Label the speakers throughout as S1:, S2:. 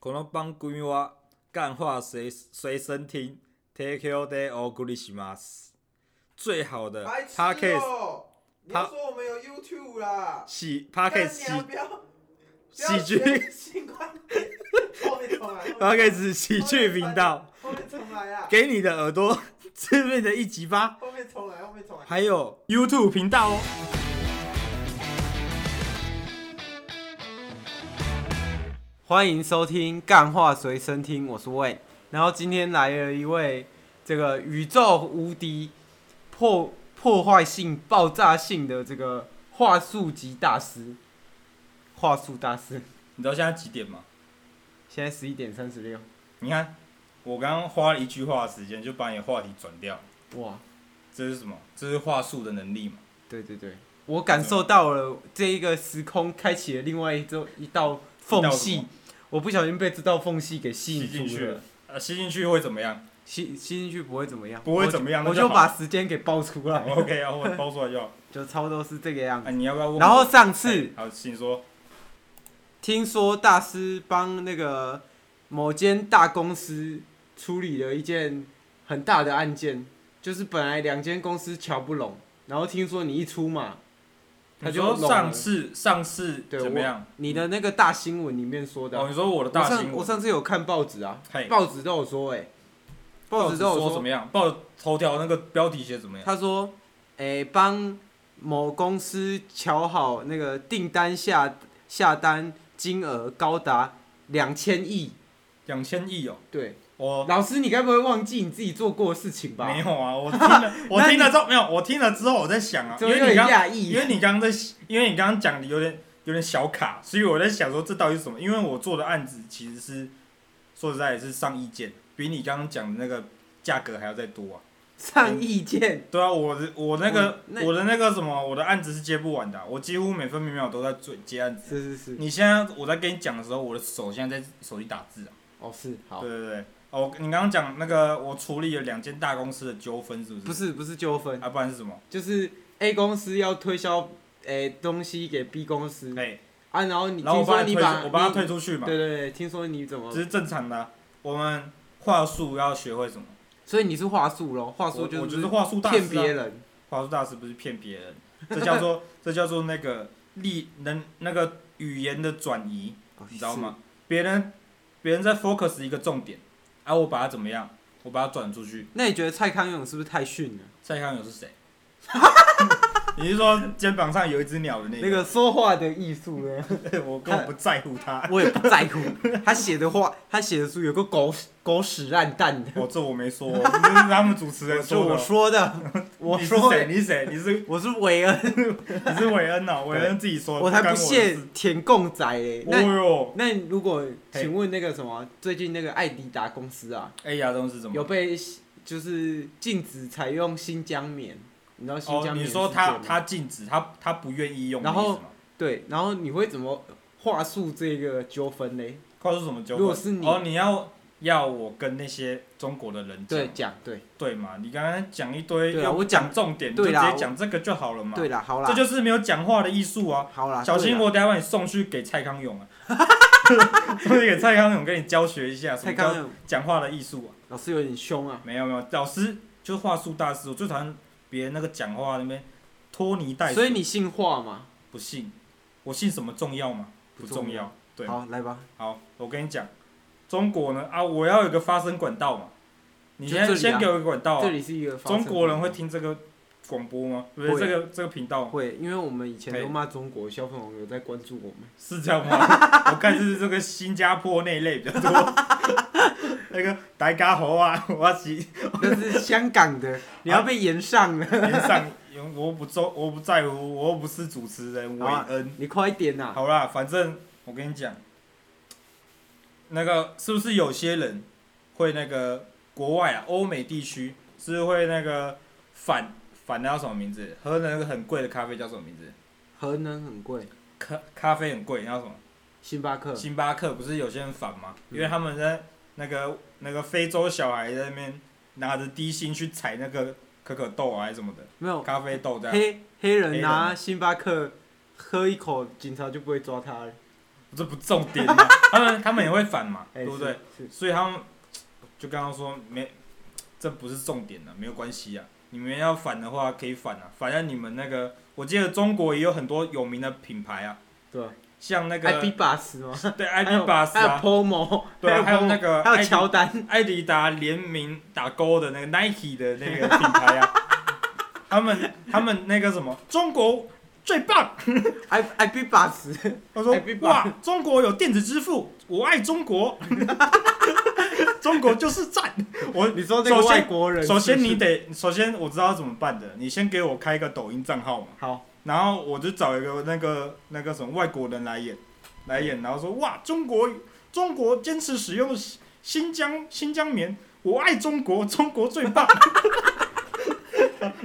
S1: この番組は干话随随身听，Take your day or good i s h m a s 最好的
S2: 白痴
S1: Podcast
S2: 哦！你
S1: 他
S2: 要说我们有 YouTube 啦？
S1: 喜 Podcast 喜
S2: 干你啊不要
S1: 喜剧
S2: 不要学新观点，后面重来。 后面
S1: Podcast 喜剧频道，，
S2: 后面重来啊！
S1: 给你的耳朵致命的一击吧。
S2: 后面重来，后面重来。
S1: 还有 YouTube 频道哦。
S3: 欢迎收听《干话随身听》，我是 Wayne。然后今天来了一位这个宇宙无敌、破破坏性、爆炸性的这个话术级大师，话术大师。
S1: 你知道现在几点吗？
S3: 现在十一点三十六，
S1: 你看，我刚刚花了一句话的时间就把你的话题转掉，
S3: 哇，
S1: 这是什么？这是话术的能力嘛？
S3: 对对对，我感受到了这一个时空开启了另外一道一道缝
S1: 一道
S3: 隙
S1: 什，
S3: 我不小心被这道缝隙给吸
S1: 吸
S3: 引
S1: 进
S3: 住
S1: 去
S3: 了
S1: 了。，呃，吸进去会怎么 样
S3: 吸吸进去不会怎么样，
S1: 不会怎么样
S3: 我
S1: 那
S3: 就
S1: 就
S3: 我
S1: 好
S3: 就把时间给爆出 来，
S1: ？OK 啊，我包出来就好。
S3: 就差不多是这个样
S1: 啊，
S3: 子。
S1: 你要不要问我？
S3: 然后上次
S1: 哎好，请说。
S3: 听说大师帮那个某间大公司处理了一件很大的案件，就是本来两间公司瞧不拢，然后听说你一出马，他
S1: 你
S3: 就
S1: 说
S3: 拢了
S1: 上次上次
S3: 对
S1: 怎么样？
S3: 你的那个大新闻里面说的啊、
S1: 哦，你说我的大
S3: 我
S1: 新
S3: 上我
S1: 闻，
S3: 上次有看报纸啊，
S1: 嘿
S3: 报纸都有说、欸，哎，
S1: 报
S3: 纸
S1: 纸
S3: 都有
S1: 说怎么样？报纸头条那个标题写怎么样？
S3: 他说，诶、帮某公司瞧好那个订单下下单金额高达两千亿。
S1: 两千亿哦，
S3: 对，
S1: 我
S3: 老师，你该不会忘记你自己做过的事情吧？
S1: 没有啊，我听了， 我听了之后没有，我听了之后我在想啊，
S3: 怎
S1: 因
S3: 么有
S1: 为你
S3: 点
S1: 刚，
S3: 讶
S1: 因
S3: 异？
S1: 为你刚刚在，因为你刚刚讲的有点有点小卡，所以我在想说这到底是什么？因为我做的案子其实是说实在也是上亿件，比你刚刚讲的那个价格还要再多啊。
S3: 上意 见，
S1: 对啊，我的我那个
S3: 嗯那
S1: 我的那个什么，我的案子是接不完的啊、我几乎每分每秒都在做接案子。
S3: 是是是，
S1: 你现在我在跟你讲的时候，我的手现在在手机打字啊。
S3: 哦是好
S1: 对，对对，哦，你刚刚讲那个，我处理了两间大公司的纠纷，是不是？
S3: 不是不是纠纷，
S1: 啊，不然是什么？
S3: 就是 A 公司要推销诶、东西给 B 公司
S1: 哎，
S3: 啊，然后你
S1: 然后我
S3: 听
S1: 帮他
S3: 说你
S1: 推出，
S3: 把
S1: 我帮他
S3: 你
S1: 推出去嘛，
S3: 对对对，听说你怎么
S1: 这，是正常的啊。我们话术要学会什么？
S3: 所以你是话术咯，
S1: 话
S3: 话术
S1: 我
S3: 就
S1: 就是是话术大
S3: 骗
S1: 师
S3: 别
S1: 啊，
S3: 人，
S1: 话术大师不是骗别人，这叫做这叫做那个力能那个语言的转移。
S3: 哦
S1: 你知道吗？别人别人在 focus 一个重点，啊，我把它怎么样？我把它转出去。
S3: 那你觉得蔡康永是不是太逊了？
S1: 蔡康永是谁？ 你是说肩膀上有一只鸟的那
S3: 那个说话的艺术呢？
S1: 个？ 我根本不在乎他。
S3: 我也不在乎。他写的话，他写的书有个狗屎狗屎烂蛋的，
S1: 我这我没说，这是他们主持人
S3: 是
S1: 说
S3: 我
S1: 的。
S3: 说的，我
S1: 你是
S3: 说欸
S1: 谁？
S3: 的，
S1: 你是谁？你是
S3: 我是韦恩，
S1: 你是韦恩呐、啊韦恩自己说的，
S3: 我才
S1: 不干
S3: 不
S1: 我的
S3: 屑
S1: 事。
S3: 舔共仔嘞。
S1: 哦
S3: 那
S1: 哟，
S3: 那如果
S1: 嘿
S3: 请问那个什么，最近那个艾迪达公司啊，
S1: 哎，亚东是怎么？
S3: 有被就是禁止采用新疆棉，你知道新
S1: 哦，
S3: 疆棉
S1: 你
S3: 事件吗？
S1: 说他他禁止，他他不愿意用的意
S3: 然
S1: 思吗，
S3: 后对，然后你会怎么话术这个纠纷嘞？
S1: 告诉什么纠
S3: 如果
S1: 纷
S3: 是你
S1: 哦，你要要我跟那些中国的人讲
S3: 对，讲对
S1: 对嘛？你刚刚讲一堆，
S3: 对啊
S1: 又
S3: 我
S1: 不讲重点，你就
S3: 对
S1: 直
S3: 啦
S1: 接讲这个就好了嘛。
S3: 对啦，好
S1: 这
S3: 啦，
S1: 就是没有讲话的艺术啊！
S3: 好啦，
S1: 小
S3: 对
S1: 心
S3: 啦
S1: 我等下把你送去给蔡康 永啊，送去给蔡康永跟你教学一下什
S3: 蔡
S1: 么
S3: 康
S1: 叫
S3: 永
S1: 讲话的艺术啊！
S3: 老师有点凶啊。
S1: 没有没有，老师就是话术大师，我最讨厌别人那个讲话那边拖泥带水。
S3: 所以你姓华嘛？
S1: 不信？我信什么重要吗？不
S3: 不重
S1: 重要。对，
S3: 好，来吧，
S1: 好，我跟你讲，中国呢啊，我要有个发声管道嘛。你
S3: 就
S1: 先、
S3: 这里啊
S1: 先给我一个管道、啊
S3: 这，里是一个发声
S1: 中国人会听这个广播吗？不是
S3: 会
S1: 这个这个频道
S3: 会，因为我们以前
S1: 对
S3: 都骂中国，小粉红有在关注我们。
S1: 是这样吗？ 我看是这个新加坡那一类比较多。 那个大家好啊，我是啊
S3: 但是香 港的，你要被延上了，
S1: 连上，我不重，我不在乎，我又不是主持人
S3: 好
S1: 韦
S3: 啊
S1: 恩。
S3: 你快一点呐！
S1: 好啦，反正我跟你讲，那个是不是有些人会那个国外啊，欧美地区是会那个反反那叫什么名字？喝那个很贵的咖啡叫什么名字？
S3: 核能很贵，
S1: 咖咖啡很贵，然后什么？
S3: 星巴克
S1: 星巴克不是有些人反吗？
S3: 嗯
S1: 因为他们在那个那个非洲小孩在那边拿着低薪去采那个可可豆啊，还是什么的
S3: 没有
S1: 咖啡豆这样。
S3: 黑黑人
S1: 啊
S3: 啊
S1: 黑人
S3: 拿星巴克喝一口，警察就不会抓他了。
S1: 这不重点 嘛，他们他们也会反嘛，
S3: 哎
S1: 对不对？？
S3: 是是
S1: 所以他们就刚刚说没，这不是重点了，没有关系啊。你们要反的话可以反啊，反正你们那个，我记得中国也有很多有名的品牌啊，
S3: 对
S1: 像那个
S3: ，IB bus 吗？
S1: 对
S3: 还有
S1: IB 巴斯
S3: 还有
S1: 啊，
S3: Pomo，
S1: 对啊，还有
S3: Pomo，
S1: 那个
S3: 还有
S1: 艾
S3: 乔丹，
S1: 艾迪达联名打勾的那个 Nike 的那个品牌 啊，他们他们那个什么中国最棒，
S3: I IB bus，
S1: 他说
S3: 哎最棒
S1: 哇，中国有电子支付，我爱中国， 中国就是赞。我
S3: 你说那个
S1: 首先
S3: 外国人是
S1: 首
S3: 不是，
S1: 先你得，首先我知道怎么办的，你先给我开一个抖音账号嘛，
S3: 好，
S1: 然后我就找一个那个那个什么外国人来演，来演，然后说哇，中国中国坚持使用新新疆新疆棉，我爱中国，中国最棒。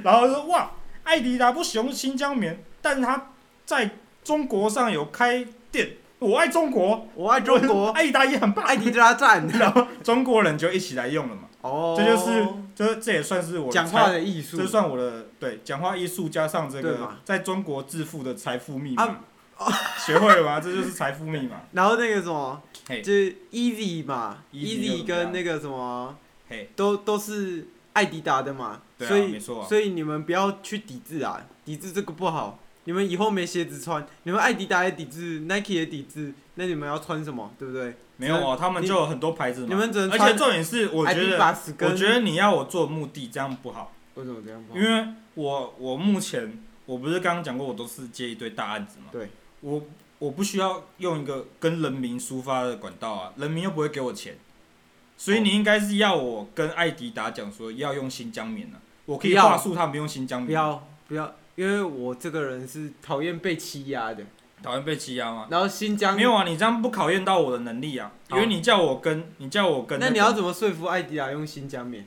S1: 然后说哇，艾迪达不使用新疆棉，但他在中国上有开店，我爱中国，
S3: 我爱中 国，
S1: 艾迪达也很棒，
S3: 艾迪拉赞，
S1: 然后中国人就一起来用了嘛，
S3: 哦，
S1: 这就是这这也算是我的
S3: 讲
S1: 才
S3: 话的艺术，
S1: 这算我的对讲话艺术加上这
S3: 对
S1: 个
S3: 嘛
S1: 在中国致富的财富密码，
S3: 啊
S1: 学会了吗？这就是财富密 码。
S3: 然后那个什么，
S1: 嘿
S3: 就是 Easy 嘛
S1: Yeezy 又怎么样
S3: 跟那个什么
S1: 嘿，
S3: 都都是艾迪达的嘛，
S1: 对啊
S3: 所以
S1: 没错啊
S3: 所以你们不要去抵制啊，抵制这个不好。你们以后没鞋子穿，你们艾迪达也抵制，Nike 也抵制，那你们要穿什么，对不对？
S1: 没有啊，他们
S3: 你
S1: 就有很多牌子
S3: 你
S1: 嘛。
S3: 们只能
S1: 而
S3: 穿
S1: 且重点是，我觉
S3: Adidas
S1: 得，
S3: 跟
S1: 我觉得你要我做目的，这样不好，
S3: 为什么这样不好
S1: 因为我我目前我不是刚刚讲过，我都是接一堆大案子嘛。
S3: 对，
S1: 我我不需要用一个跟人民抒发的管道啊，人民又不会给我钱，所以
S3: 哦
S1: 你应该是要我跟艾迪达讲说要用新疆棉啊，我可以
S3: 不要
S1: 话术他们用新疆
S3: 不
S1: 棉，
S3: 要不要，因为我这个人是讨厌被欺压的。
S1: 讨厌被欺压吗？
S3: 然后新疆
S1: 没有，啊，你这样不考验到我的能力啊，因
S3: 好
S1: 为你叫我跟你叫我跟、
S3: 那
S1: 个
S3: 你要怎么说服艾迪达用新疆棉？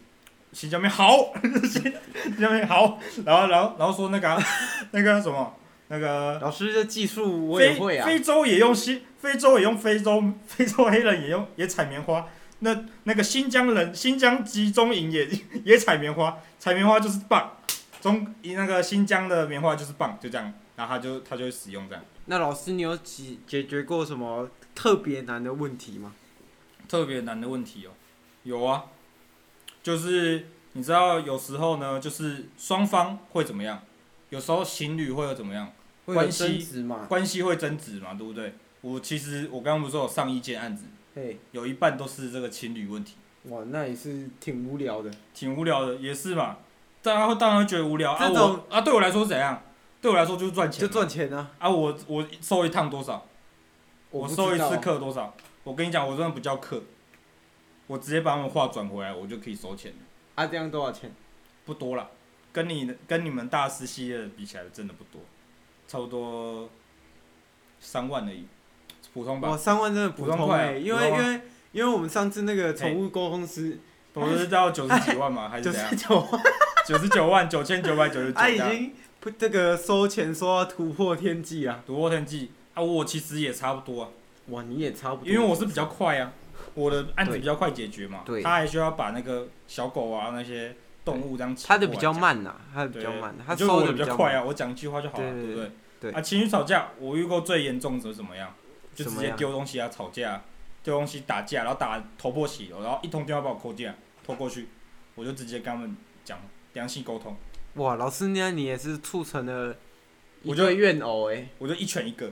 S1: 新疆棉好， 新疆棉好，然后然后然后说那个啊、 那个什么那个
S3: 老师的技术我也
S1: 非
S3: 会啊，
S1: 非洲也用新非洲也用非洲非洲黑人也用也采棉花，那那个新疆人新疆集中营也 也采棉花，采棉花就是棒，中那个新疆的棉花就是棒，就这样，然后他就他就会使用这样。
S3: 那老师，你有解解决过什么特别难的问题吗？
S1: 特别难的问题哦、有啊，就是你知道有时候呢，就是双方会怎么样？有时候情侣会有怎么样？
S3: 会有
S1: 关系
S3: 争执嘛？
S1: 关系会争执嘛，对不对？我其实我刚刚不是有上一件案子，
S3: 嘿，
S1: 有一半都是这个情侣问题，
S3: 哇，那也是挺无聊的。
S1: 挺无聊的，也是嘛。大家会当然会觉得无聊啊我，
S3: 这种
S1: 啊对我来说怎样？对我来说就是赚钱
S3: 就
S1: 嘛，
S3: 赚钱啊！
S1: 啊我我收一趟多少？我
S3: 我不
S1: 收一
S3: 知道
S1: 次
S3: 啊，
S1: 课多少？我跟你讲，我真的不叫课，我直接把他们话转回来，我就可以收钱了。
S3: 啊，这样多少钱？
S1: 不多了，跟你的跟你们大师系列的比起来，真的不多，差不多三万而已，普通
S3: 哇，
S1: 吧。
S3: 三万真的普
S1: 普通
S3: 通
S1: 快啊
S3: 哎，因为
S1: 普
S3: 因
S1: 通
S3: 为因为我们上次那个宠物沟通师
S1: 我是到九十几万嘛，还是
S3: 九
S1: 怎样
S3: 十？九万，
S1: 九十九万九千九百九十
S3: 啊他已
S1: 九。
S3: 经不这个收钱收到突破天际啊！
S1: 读破天际啊，我其实也差不多啊，
S3: 哇，你也差不多，
S1: 因为我是比较快啊，我的案子
S3: 对
S1: 比较快解决嘛。
S3: 对
S1: 他还需要把那个小狗啊那些动物这样骑过来。
S3: 慢呐，他
S1: 对，
S3: 得
S1: 就是我比较快啊，我讲一句话就好了，
S3: 对
S1: 对不对？
S3: 对
S1: 啊，情侣吵架，我遇过最严重的是怎么样？就直
S3: 怎么
S1: 接
S3: 样
S1: 丢东西啊，吵架，丢东西打架，然后打头破血流，然后一通电话把我扣进来，拖过去，我就直接跟他们讲良性沟通，
S3: 哇，老师呢，你也是促成了
S1: 我
S3: 一
S1: 就
S3: 对怨偶哎、
S1: 我就一拳一个，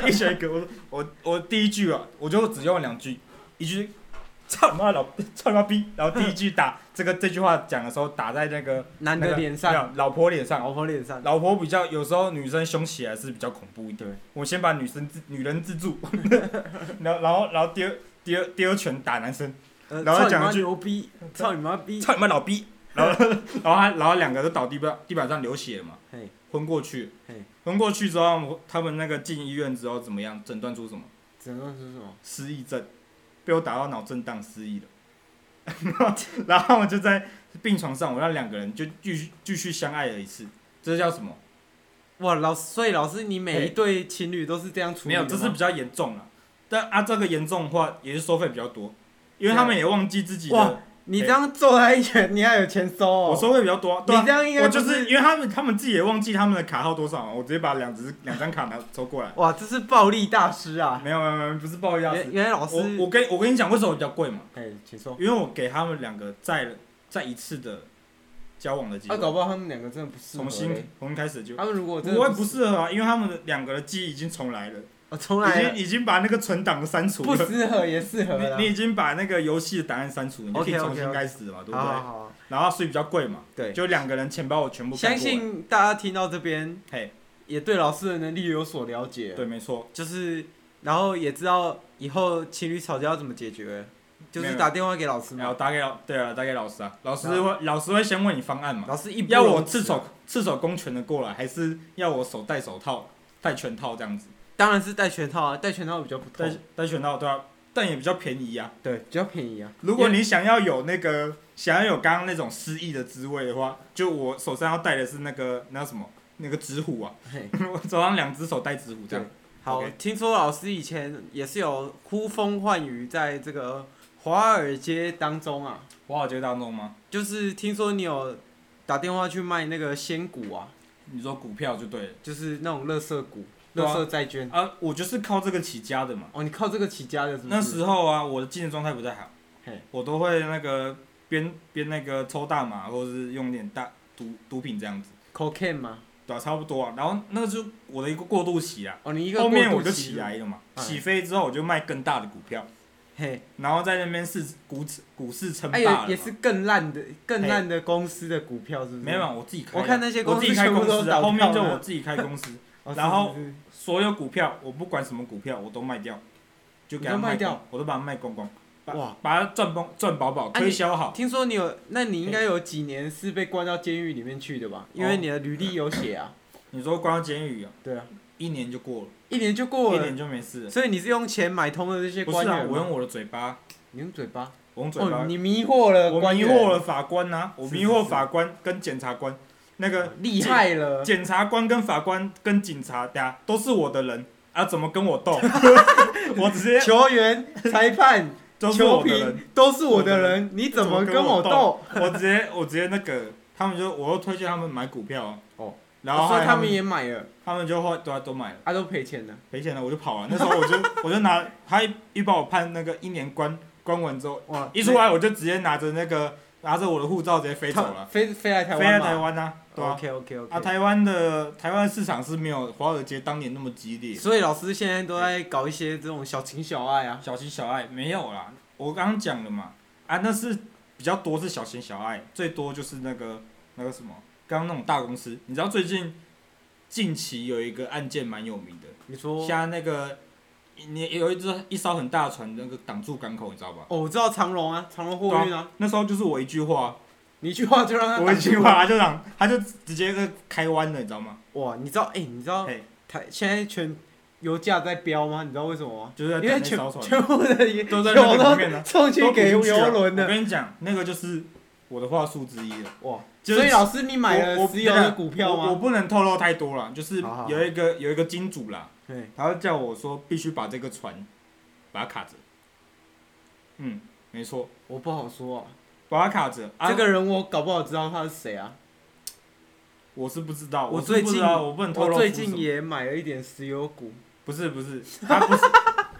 S1: 一拳一个，我我我第一句啊，我就只用两句，一句操你妈老操你妈逼，然后第一句打这个这句话讲的时候打在那个
S3: 男
S1: 那
S3: 的
S1: 个
S3: 脸上，
S1: 没有老婆脸上，
S3: 老婆脸上，
S1: 老婆比较有时候女生凶起来是比较恐怖一点
S3: 对。
S1: 我先把女生制女人制住， 然后然后然后第二第二第二拳打男生，
S3: 呃
S1: 然后
S3: 操你
S1: 讲一
S3: 妈
S1: 句
S3: 牛逼，操你妈逼，
S1: 操你妈老逼！然后 然后他然后两个都倒地板地板上流血了嘛
S3: 嘿，
S1: 昏过去
S3: 嘿，
S1: 昏过去之后他们他们那个进医院之后怎么样？诊断出什么？
S3: 整个是什么？
S1: 失忆症，被我打到脑震荡失忆了。 然后我就在病床上，我让两个人就继续继续相爱了一次，这叫什么？
S3: 哇，老师，所以老师你每一对情侣都是这样处
S1: 没
S3: 理的
S1: 有，
S3: 吗
S1: 这是比较严重了。但啊，这个严重的话也是收费比较多，因为他们也忘记自己
S3: 哇
S1: 的
S3: 你这样做他一拳，你还有钱收哦。
S1: 我收费比较多啊，
S3: 你
S1: 对啊
S3: 这样应该
S1: 我
S3: 不
S1: 就是
S3: 是
S1: 因为他们他们自己也忘记他们的卡号多少嘛，我直接把两只两张卡拿抽过来。
S3: 哇，这是暴力大师啊！
S1: 没有没有没有，不是报一下
S3: 原原来老师，
S1: 啊我我跟我跟你讲为什么比较贵嘛，
S3: 哎、请说。
S1: 因为我给他们两个再再一次的交往的机
S3: 啊，
S1: 会，
S3: 搞不好他们两个真的不适合、
S1: 重新
S3: 欸。
S1: 重新开始就
S3: 他们如果真的
S1: 不会不适合啊，因为他们的两个的记忆已经重来了，
S3: 哦重来
S1: 已
S3: 了
S1: 经已经把那个存档删除
S3: 不
S1: 了。
S3: 适合也适合了。
S1: 你你已经把那个游戏的答案删除，你就可以
S3: OK，OK，OK
S1: 重新开始了嘛，对不
S3: 好好
S1: 对？
S3: 好，
S1: 然后所以比较贵嘛，
S3: 对，
S1: 就两个人钱包我全部搬
S3: 相
S1: 过来
S3: 信大家听到这边
S1: 嘿，
S3: 也对老师的能力有所了解。
S1: 对，没错，
S3: 就是然后也知道以后情侣吵架要怎么解决，就
S1: 没
S3: 是
S1: 有
S3: 打电话给老师
S1: 然后
S3: 嘛。
S1: 打给老对啊，打给老师啊，老师
S3: 然
S1: 会老师会先问你方案嘛，
S3: 老师一不
S1: 要我
S3: 容
S1: 赤
S3: 辞
S1: 手赤手空拳的过来，还是要我手戴手套戴拳套这样子？
S3: 当然是戴拳套啊，戴拳套比较不
S1: 戴
S3: 痛，
S1: 戴拳套对啊，但也比较便宜啊。
S3: 对，比较便宜啊。
S1: 如果你想要有那个想要有刚刚那种诗意的滋味的话，就我手上要戴的是那个那叫什么那个纸虎啊，
S3: 嘿
S1: 我手上两只手戴纸虎这样。
S3: 好
S1: OK
S3: 听说老师以前也是有呼风唤雨，在这个华尔街当中啊，
S1: 华尔街当中吗？
S3: 就是听说你有打电话去卖那个仙股啊，
S1: 你说股票就对了
S3: 就是那种垃圾股、
S1: 对
S3: 垃
S1: 啊
S3: 圾债券。
S1: 啊，我就是靠这个起家的嘛。
S3: 哦，你靠这个起家嗯的是不是？
S1: 那时候啊，我的精神状态不太好
S3: 嘿，
S1: 我都会那个边边那个抽大麻，或者是用点大毒毒品这样子，
S3: cocaine 吗？
S1: 对、啊，差不多啊。然后那个就我的一个过渡期啊，
S3: 哦，你一个
S1: 后面
S3: 过渡
S1: 我就
S3: 期
S1: 起来了嘛，
S3: 哎
S1: 起飞之后我就卖更大的股票，
S3: 嘿，
S1: 然后在那边市股股市称霸
S3: 哎、
S1: 了嘛
S3: 也也是更烂的、更烂的公司的股票是不是？
S1: 没有，我自己开的，
S3: 我看那些公
S1: 我
S3: 司
S1: 自己开公
S3: 全部
S1: 司
S3: 都
S1: 啊，
S3: 倒
S1: 后面就
S3: 掉了
S1: 我自己开公司，
S3: 哦，
S1: 然后
S3: 是是是
S1: 所有股票我不管什么股票我都卖掉，就给它
S3: 你都卖掉
S1: 光，我都把它卖光光，把
S3: 哇
S1: 把它赚崩赚饱饱，
S3: 啊
S1: 推
S3: 你
S1: 销好。
S3: 听说你有，那你应该有几年是被关到监狱里面去的吧？因为你的履历有写啊。
S1: 你说关到监狱啊，
S3: 对啊，
S1: 一年就过了，
S3: 一年就过
S1: 一
S3: 了
S1: 年，就没事了。
S3: 所以你是用钱买通了这些
S1: 不
S3: 官
S1: 是啊，
S3: 员
S1: 我
S3: 吗？
S1: 用我的嘴巴，
S3: 你用嘴巴。
S1: 我用嘴巴，
S3: 哦，你迷惑了
S1: 我
S3: 官
S1: 迷
S3: 员，
S1: 惑了法官呐、啊我
S3: 是
S1: 迷
S3: 是
S1: 惑
S3: 是
S1: 法官跟检察官，那个
S3: 厉害了。
S1: 检察官跟法官跟警察，对啊，都是我的人啊，怎么跟我斗？我直接
S3: 球员、裁判、
S1: 都是
S3: 球
S1: 我的人，
S3: 评都是我的人，你
S1: 怎
S3: 怎
S1: 么
S3: 么
S1: 跟
S3: 跟
S1: 我
S3: 我斗？
S1: 我直接我直接那个，他们就我又推荐他们买股票、啊、
S3: 哦，
S1: 然后后
S3: 所
S1: 来
S3: 以
S1: 他
S3: 他
S1: 们
S3: 们也买了，
S1: 他们就后对啊都买了。
S3: 他都赔钱了。
S1: 赔钱了，我就跑了。那时候我就 我就拿他一一把我判那个一年关关完之后，
S3: 哇
S1: 一出来我就直接拿着那个拿着我的护照直接飞走了，
S3: 飞飞来台
S1: 飞来
S3: 湾嘛哦
S1: 台湾呐、啊，对啊。
S3: OK OK
S1: 啊，
S3: OK。
S1: 台湾的台湾市场是没有华尔街当年那么激烈，
S3: 所以老师现在都在搞一些这种小情小爱啊。
S1: 小情小爱没有啦。我刚刚讲了嘛，啊，那是比较多是小情小爱，最多就是那个那个什么，刚刚那种大公司。你知道最近近期有一个案件蛮有名的，
S3: 你说，
S1: 像那个你有一只一艘很大的船，那个挡住港口，你知道吧？
S3: 哦，我知道长隆啊，长隆货运啊，
S1: 那时候就是我一句话，
S3: 你一句话就让他
S1: 我一
S3: 挡住
S1: 句话他就让他就直接那个开弯了，你知道吗？
S3: 哇，你知道哎、你知道
S1: 嘿
S3: 台现在全油价在飙吗？你知道为什么吗？
S1: 就是在
S3: 因
S1: 等
S3: 为
S1: 那
S3: 全
S1: 艘船
S3: 全部的油
S1: 都在那个里
S3: 都
S1: 面呢，
S3: 送去
S1: 都
S3: 给
S1: 不进去啊
S3: 油轮
S1: 我
S3: 的
S1: 跟你讲，那个就是我的话术之一了。
S3: 哇！
S1: 就是
S3: 所以老师，你买
S1: 我我
S3: 了石油的股票
S1: 我我
S3: 吗？
S1: 不能透露太多了，就是
S3: 好好好
S1: 有一个有一个金主啦，
S3: 对，
S1: 他会叫我说必须把这个船把它卡着。嗯，没错，
S3: 我不好说、
S1: 把它卡着。
S3: 啊。
S1: 啊
S3: 这个人我搞不好知道他是谁啊。
S1: 我是不知道，
S3: 我
S1: 是
S3: 最
S1: 不知
S3: 近
S1: 道我不能透
S3: 我
S1: 露
S3: 最
S1: 出什
S3: 近
S1: 么
S3: 也买了一点石油股，
S1: 不是不是，他不是。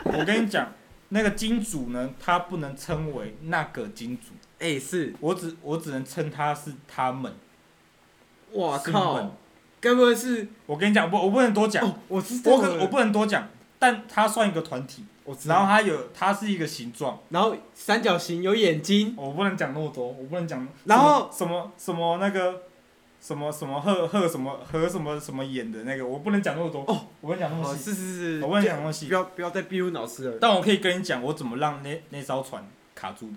S1: 我跟你讲，那个金主呢，他不能称为那个金主，
S3: 哎、是
S1: 我只我只能称他是他们。
S3: 哇
S1: 是们
S3: 靠，该不会是？
S1: 我跟你讲，不，我不能多讲，
S3: 哦，我知道
S1: 我可
S3: 了，
S1: 我不能多讲，但他算一个团体，
S3: 我知
S1: 然后
S3: 道。
S1: 他有他是一个形状，
S3: 然后三角形有眼睛，
S1: 我不能讲那么多，我不能讲。
S3: 然后
S1: 什么什么什么那个。什么什么贺贺什么和什么什么演的那个，我不能讲那么多，
S3: 哦，
S1: 我不能讲那么
S3: 哦，
S1: 细，
S3: 是是是，
S1: 我不能
S3: 就
S1: 讲那么
S3: 不
S1: 细。
S3: 要不要再逼问老师了。
S1: 但我可以跟你讲，我怎么让那那艘船卡住的。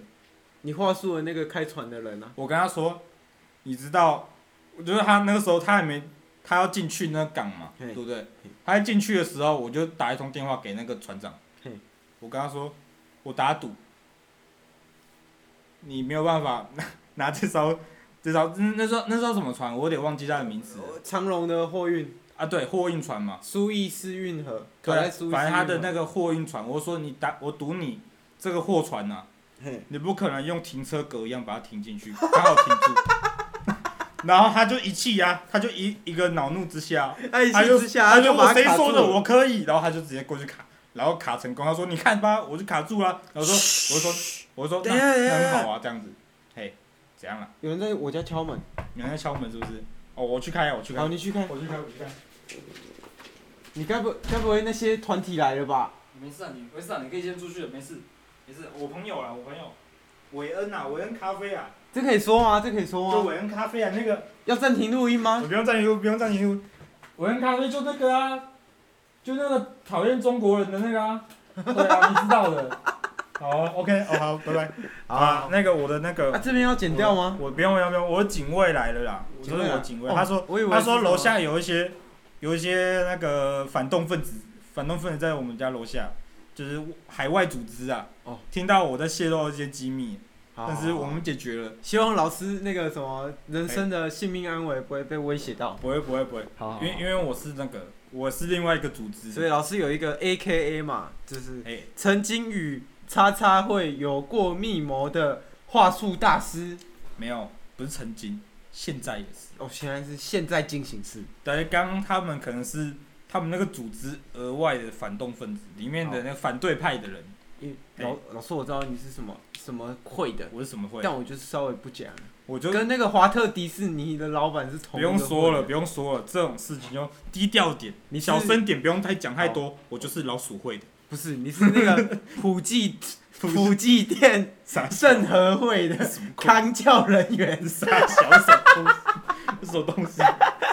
S3: 你话术的那个开船的人啊，
S1: 我跟他说，你知道，我觉得他那个时候他还没，他要进去那个港嘛，
S3: 嘿
S1: 对不对
S3: 嘿？
S1: 他进去的时候，我就打一通电话给那个船长
S3: 嘿，
S1: 我跟他说，我打赌，你没有办法拿这艘这艘嗯那艘那艘什么船，我有点忘记它的名字了
S3: 呃长隆的货运
S1: 啊，对，货运船嘛，
S3: 苏伊士运河，
S1: 对
S3: 卡
S1: 啊，
S3: 在苏伊士运河
S1: 反正他的那个货运船，我说你打，我赌你这个货船呐、啊
S3: 嘿
S1: 你不可能用停车格一样把它停进去，刚好停住。 然后他就一气呀、他就一一个恼怒之下，
S3: 他一
S1: 哎他
S3: 气
S1: 就
S3: 之下，
S1: 他
S3: 啊就
S1: 我
S3: 把它
S1: 谁
S3: 卡住
S1: 说的
S3: 了
S1: 我可以，然后他就直接过去卡，然后卡成功。他说你看吧，我就卡住了。然后说我就说我就说那
S3: 等一下等一下
S1: 那很好啊，这样子，嘿，怎样了？
S3: 有人在我家敲门，
S1: 有人在敲门是不是？哦，我去开啊，我去开
S3: 好，，你去看，
S1: 我去开，我去开。
S3: 你该不该不会那些团体来了吧？
S1: 没事啊，你没事啊，你可以先出去了，没事，没事。我朋友啊，我朋友，韦恩啊，韦恩咖啡啊，
S3: 这可以说吗？这可以
S1: 就
S3: 说吗？
S1: 韦恩咖啡啊，那个
S3: 要暂停录音吗
S1: 我？不用暂停录，不用暂停录。啊我跟咖啡就那个啊，就那个讨厌中国人的那个啊，对啊，你知道的。 好啊，OK，哦好，拜拜。啊，，那个我的那
S3: 啊
S1: 个，
S3: 这边要剪掉吗？
S1: 我不用不用不用，我的警卫来了啦，我
S3: 警
S1: 就
S3: 卫
S1: 是
S3: 来
S1: 我警卫。
S3: 哦
S1: 他说
S3: 我以为
S1: 他说
S3: 是
S1: 楼下有一些有一些那个反动分子，反动分子在我们家楼下，就是海外组织啊
S3: 哦。
S1: 听到我在泄露一些机密，
S3: 好，
S1: 但
S3: 但
S1: 是我们解决了，
S3: 希望老师那个什么人身的性命安危不会被威胁到。
S1: 不会不会不会，
S3: 好，好
S1: 因为因为我是那个我是另外一个组织，
S3: 所以老师有一个 A K A 嘛，就是
S1: 哎。
S3: 曾经与叉叉会有过密谋的话术大师。
S1: 没有，不是曾经，现在也是。
S3: 哦，现在是现在进行式。
S1: 但是刚刚他们可能是他们那个组织额外的反动分子里面的那个反对派的人。
S3: 因
S1: 哎
S3: 老老师我知道你是什么什么会的，
S1: 我是什么会？
S3: 但我就是稍微不讲，啊
S1: 我就
S3: 跟那个华特迪士尼的老板是同
S1: 不
S3: 一个
S1: 用说了，
S3: 会
S1: 不
S3: 的，
S1: 用说了，这种事情就低调点，
S3: 你是
S1: 小声点，不用太讲太多。我就是老鼠 会的，
S3: 不是你是那个 普济普济店
S1: 傻笑
S3: 圣和会的
S1: 什么鬼
S3: 康教人员，
S1: 傻小什么东西？这什么东西？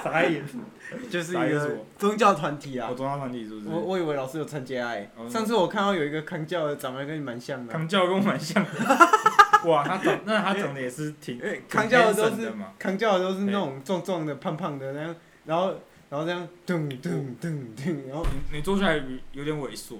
S1: 傻眼！
S3: 就是
S1: 啥
S3: 一
S1: 意思
S3: 个宗教团体啊
S1: 我。中央团体是不
S3: 我
S1: 是？
S3: 我以为老师有参加哎、
S1: 哦
S3: 上次我看到有一个康教的长得跟你蛮像的啊，
S1: 康教跟我蛮像 的。哇，他长那他长得也是挺
S3: 因为
S1: 挺
S3: 康教的都
S1: handsome
S3: 是
S1: 嘛。
S3: 扛轿的都是那种壮壮的、胖胖的，然后然后然后这样噔噔噔噔，然后
S1: 你你做出来有点猥琐，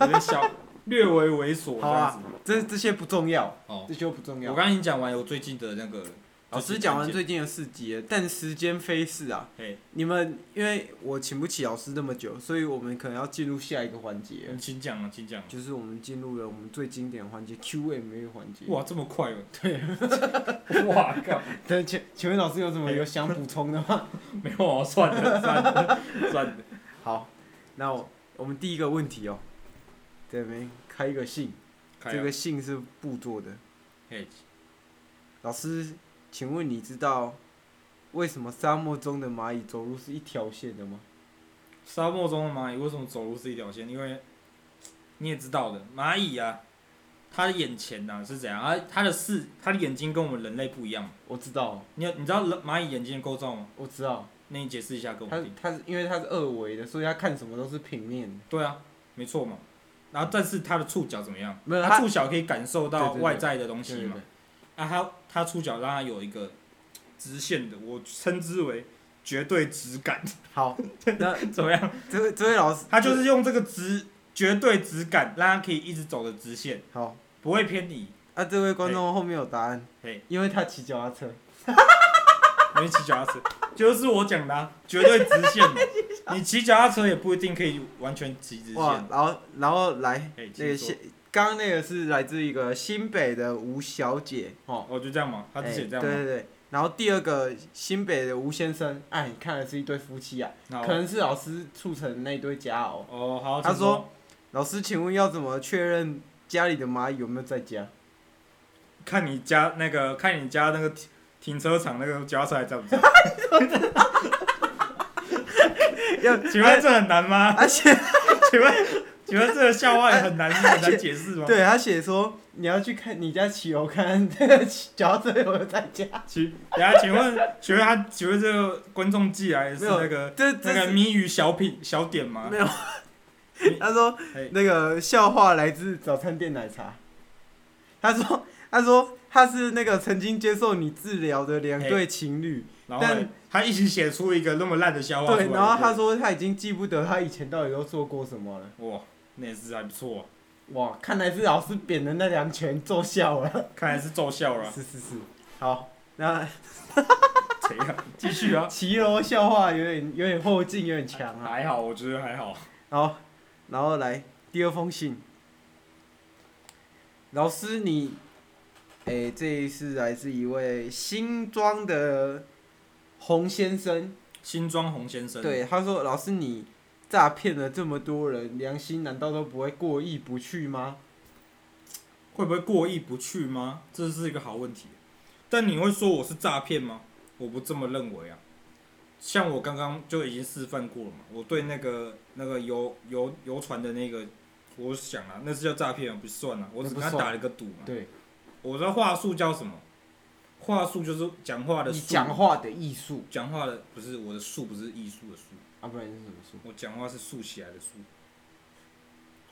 S1: 有点小，略微猥琐这
S3: 好
S1: 样
S3: 啊
S1: 子。，
S3: 这这些不重要，
S1: 哦，
S3: 这些不重
S1: 我
S3: 要。
S1: 刚已经讲完我最近的那个，
S3: 老师
S1: 最近
S3: 讲完
S1: 案件，
S3: 最近的四集了，但时间飞逝啊！
S1: 嘿，
S3: 你们因为我请不起老师那么久，所以我们可能要进入下一个环节，
S1: 请讲啊，请讲啊。
S3: 就是我们进入了我们最经典的环节 Q&A 环节。
S1: 哇，这么快哦！对， 哇靠，
S3: 但请请问老师有什么有想补充的吗？
S1: 没有啊，算了算了算了。
S3: 好，那我我们第一个问题哦，这边开一哦个信，
S1: 开啊
S3: 这个信是布做的。
S1: 嘿，
S3: 老师，请问你知道为什么沙漠中的蚂蚁走路是一条线的吗？
S1: 沙漠中的蚂蚁为什么走路是一条线？因为你也知道的，蚂蚁啊，它的眼前呐、是怎样？啊它它的视，它的眼睛跟我们人类不一样嘛。
S3: 我知道，
S1: 你有你知道人蚂蚁眼睛的构造吗？
S3: 我知道，
S1: 那你解释一下给我
S3: 它
S1: 听。
S3: 它是因为它是二维的，所以它看什么都是平面的。
S1: 对啊，没错嘛。然后，但是它的触角怎么样？
S3: 没有
S1: 它
S3: 它
S1: 触角可以感受到
S3: 对对对
S1: 外在的东
S3: 对
S1: 西
S3: 对
S1: 嘛
S3: 对？
S1: 啊，它它触角让它有一个直线的，我称之为绝对质感，
S3: 好，那
S1: 怎么样？
S3: 这位这位老师，
S1: 它就是用这个直绝对质感，让它可以一直走的直线，
S3: 好。
S1: 不会偏离。
S3: 啊，这位观众后面有答案，
S1: 嘿，
S3: 因为他骑脚踏车。
S1: 没骑脚踏车， 就是我讲的、啊、绝对直线嘛。 你骑脚踏车也不一定可以完全骑直
S3: 哇
S1: 线，。
S3: 然后然后来
S1: 哎，
S3: 那个
S1: 请说
S3: 新，刚刚那个是来自一个新北的吴小姐哦，
S1: 哦，就这样嘛，他
S3: 哎
S1: 是写这样
S3: 对
S1: 嘛。
S3: 对对。然后第二个新北的吴先生，哎，你看的是一对夫妻啊，
S1: 那
S3: 可
S1: 我
S3: 能是老师促成那一对佳偶。
S1: 哦，好，
S3: 他
S1: 请
S3: 说老师，请问要怎么确认家里的蚂蚁有没有在家？
S1: 看你家那个，看你家那个停停车场那个脚踏车还在 不在？
S3: 要
S1: 请问这很难吗？
S3: 而且
S1: 请问请问这个校外很难很难解释吗？
S3: 啊对他写说你要去看你家骑楼，看 这个骑脚踏车有没有在家。
S1: 请等下，请问请问他请问这个观众寄来的是
S3: 没有
S1: 那个
S3: 这
S1: 那
S3: 这
S1: 个
S3: 是
S1: 谜语小品小点吗
S3: 没？有
S1: 你。
S3: 他说
S1: 嘿
S3: 那个笑话来自早餐店奶茶。他说他说他是那个曾经接受你治疗的两对情侣，
S1: 然后
S3: 但
S1: 嘞他一起写出一个那么烂的笑话出来。
S3: 对，然后他说他已经记不得他以前到底都做过什么了。
S1: 哇，那也是还不错啊、
S3: 哇，看来是老师扁的那两拳奏效了。
S1: 看来是奏效 了啊，
S3: 是是是，好，那
S1: 怎样？继续啊，
S3: 骑楼笑话有点有点后劲，有点强啊。
S1: 还好，我觉得还好。
S3: 好，然后来第二封信，老师你诶、这是来自一位新庄的洪先生，
S1: 新庄洪先生，，
S3: 对，他说：“老师，你诈骗了这么多人，良心难道都不会过意不去吗
S1: 会不会过意不去吗？这是一个好问题。但你会说我是诈骗吗？我不这么认为啊。像我刚刚就已经示范过了嘛，我对那个那个游游游船的那个，我想啊，那是叫诈骗吗？不算啊，我只跟
S3: 那不
S1: 他
S3: 算
S1: 打了个赌嘛？”。
S3: 对，
S1: 我的话术叫什么？话术就是讲话的
S3: 你
S1: 术，
S3: 讲话的艺术
S1: 讲话的不是我的术，不是艺术的术，
S3: 啊，不然是什么术？
S1: 我讲话是竖起来的竖。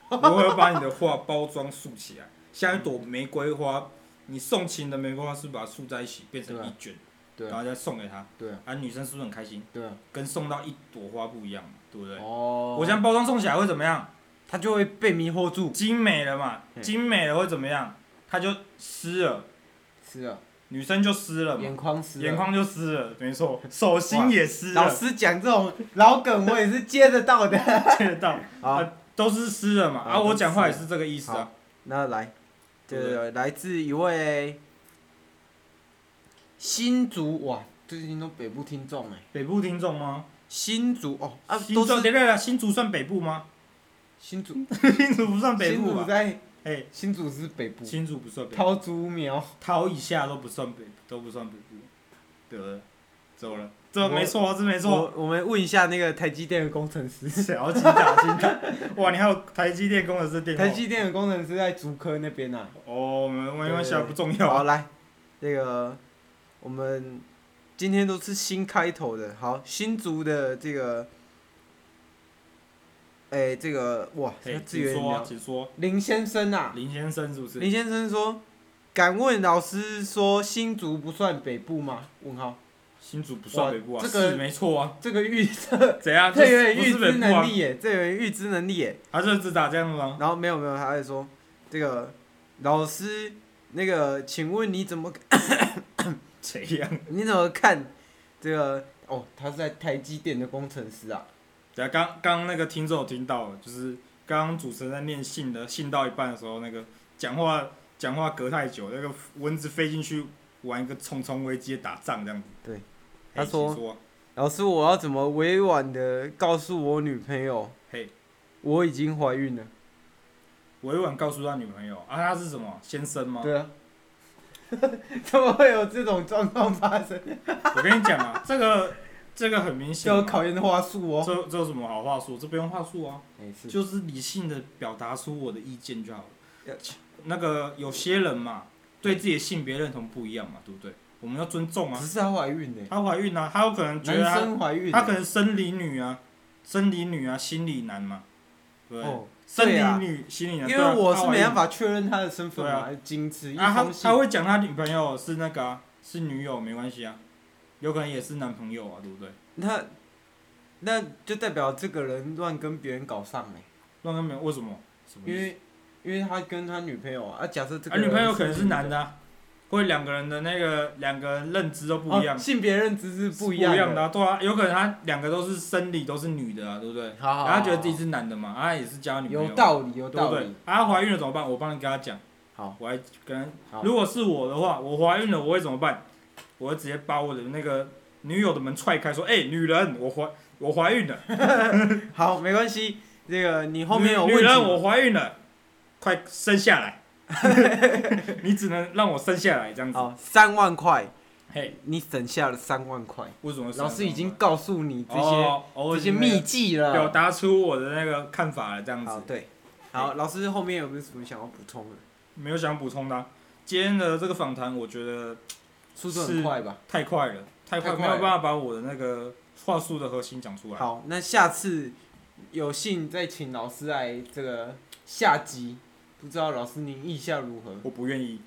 S1: 我会把你的话包装竖起来，像一朵玫瑰花，你送情的玫瑰花是不是把它束在一起变成
S3: 对啊
S1: 一卷，
S3: 对
S1: 然
S3: 啊，
S1: 后再送给她，
S3: 对啊，
S1: 啊，女生是不是很开心？
S3: 对啊。
S1: 跟送到一朵花不一样嘛，对不对？
S3: 哦，
S1: 我想包装送起来会怎么样？
S3: 他就会被迷惑住。
S1: 精美了嘛，
S3: 嗯
S1: 精美了会怎么样？它就湿了，
S3: 是啊，
S1: 女生就湿了嘛，
S3: 眼眶湿了。
S1: 眼眶就湿了，没错，手心也湿
S3: 老
S1: 了，
S3: 师讲这种老梗，我也是接得到的。
S1: 接得到，啊
S3: 好，
S1: 都是湿了嘛。
S3: 好
S1: 啊，
S3: 都
S1: 我
S3: 湿
S1: 讲话也是这个意思啊。
S3: 那来，
S1: 对不对
S3: 这来自一位新竹哇，最近都北部听众哎，
S1: 北部听众吗？
S3: 新竹哦啊，
S1: 新
S3: 都
S1: 竹
S3: 是
S1: 对对对，新竹算北部吗？
S3: 新竹，
S1: 新竹不算北
S3: 新
S1: 部
S3: 竹
S1: 吧？
S3: 在
S1: 哎，
S3: 新竹是北部，
S1: 新竹不算北部，
S3: 桃竹苗
S1: 桃以下都不算北，都不算北部，对不对？走了，
S3: 我
S1: 这没错，这没错。
S3: 我我们问一下那个台积电的工程 师，
S1: 小要精打精打， 哇！你还有台积电工程师电话
S3: 台积电的工程师在竹科那边啊。
S1: 哦，没没关系
S3: 对
S1: 啊，
S3: 对对
S1: 不重要
S3: 好，
S1: 啊。
S3: 来，那个我们今天都是新开头的，好，新竹的这个，哎、这个哇，
S1: 哎，
S3: 他自
S1: 请
S3: 源
S1: 说啊，
S3: 聊
S1: 请说，
S3: 林先生啊，
S1: 林先生是不是
S3: 林？先生说，敢问老师说新竹不算北部吗？问号，
S1: 新竹不算
S3: 哇
S1: 北部啊，
S3: 这个
S1: 是没错啊。
S3: 这个 预测，
S1: 怎样？
S3: 这有
S1: 啊是
S3: 点
S1: 不
S3: 预
S1: 是
S3: 知
S1: 本部
S3: 能
S1: 啊
S3: 力耶，这有点预知能力耶。
S1: 他是只打这样吗？
S3: 然后没有没有，他在说这个老师那个，请问你怎么
S1: 怎样？
S3: 你怎么看这个？哦，他是在台积电的工程师啊。
S1: 等下刚刚那个听众有听到了，就是刚刚主持人在念信的，信到一半的时候，那个讲话讲话隔太久，那个蚊子飞进去玩一个重重危机的打仗这样子。
S3: 对
S1: 哎，
S3: 他说
S1: 请说
S3: 老师，我要怎么委婉的告诉我女朋友
S1: 嘿，
S3: 我已经怀孕了？
S1: 委婉告诉他女朋友啊，他是什么先生吗？
S3: 对啊， 怎么会有这种状况发生？
S1: 我跟你讲啊，这个这个很明显
S3: 要
S1: 嘛，
S3: 考验话术哦。
S1: 这这有什么好话术？这不用话术啊。
S3: 没事，
S1: 就是理性的表达出我的意见就好
S3: 要
S1: 了。那个有些人嘛，对自己的性别认同不一样嘛，对不对？我们要尊重啊
S3: 只。是她怀孕呢，
S1: 她怀孕啊，她有可能觉得
S3: 男
S1: 她
S3: 生怀孕欸，
S1: 她可能生理女啊，生理女啊，心理男嘛，对不对？
S3: 哦，
S1: 生
S3: 对啊
S1: 理女、心理
S3: 因
S1: 男，
S3: 为
S1: 对啊
S3: 我是没办。
S1: 她怀
S3: 法确认她的身份嘛，仅此一
S1: 孕啊，他
S3: 封信
S1: 他。会讲他女朋友是那个、啊、是女友没关系啊，有可能也是男朋友啊，对不对？
S3: 那那就代表这个人乱跟别人搞上哎，
S1: 乱跟没为什么？什么意
S3: 因
S1: 思
S3: 为因为他跟他女朋友啊，啊假设这个
S1: 啊，女朋友可能是
S3: 女
S1: 男的、啊，或者两个人的那个两个人认知都不一样
S3: 哦，。性别认知是不一
S1: 样
S3: 样
S1: 的、。啊，对啊，有可能他两个都是生理都是女的啊，对不对？
S3: 好好好
S1: 然后他觉得自己是男的嘛，啊，也是交女朋友，
S3: 有道理，有
S1: 对不
S3: 道
S1: 对
S3: 理。？
S1: 啊，她怀孕了怎么办？我帮你跟他讲，
S3: 好，
S1: 我还跟她
S3: 好
S1: 如果是我的话，我怀孕了我会怎么办？我会直接把我的那个女友的门踹开，说：“哎、女人，我怀我怀孕了，
S3: 好，没关系。这个你后面有
S1: 女
S3: 问
S1: 女
S3: 题
S1: 人，
S3: 吗，
S1: 我怀孕了，快生下来， 你只能让我生下来这样子。
S3: 好，三万块，
S1: 嘿，
S3: 你省下了三万块。
S1: 为什么
S3: 老师已经告诉你这些
S1: 啊哦哦我
S3: 这
S1: 已
S3: 些
S1: 经
S3: 秘籍
S1: 表
S3: 了。
S1: 达出我的那个看法了，这样
S3: 好，
S1: 子。
S3: 对，好，老师后面有没有什么想要补充的？
S1: 没有想补充的啊、今天的这个访谈，我觉得
S3: 速度很快吧？
S1: 太快了，太快，
S3: 太快
S1: 没
S3: 了
S1: 有办法把我的那个话术的核心讲出来。
S3: 好，那下次有幸再请老师来这个下集，不知道老师您意下如何？
S1: 我不愿意，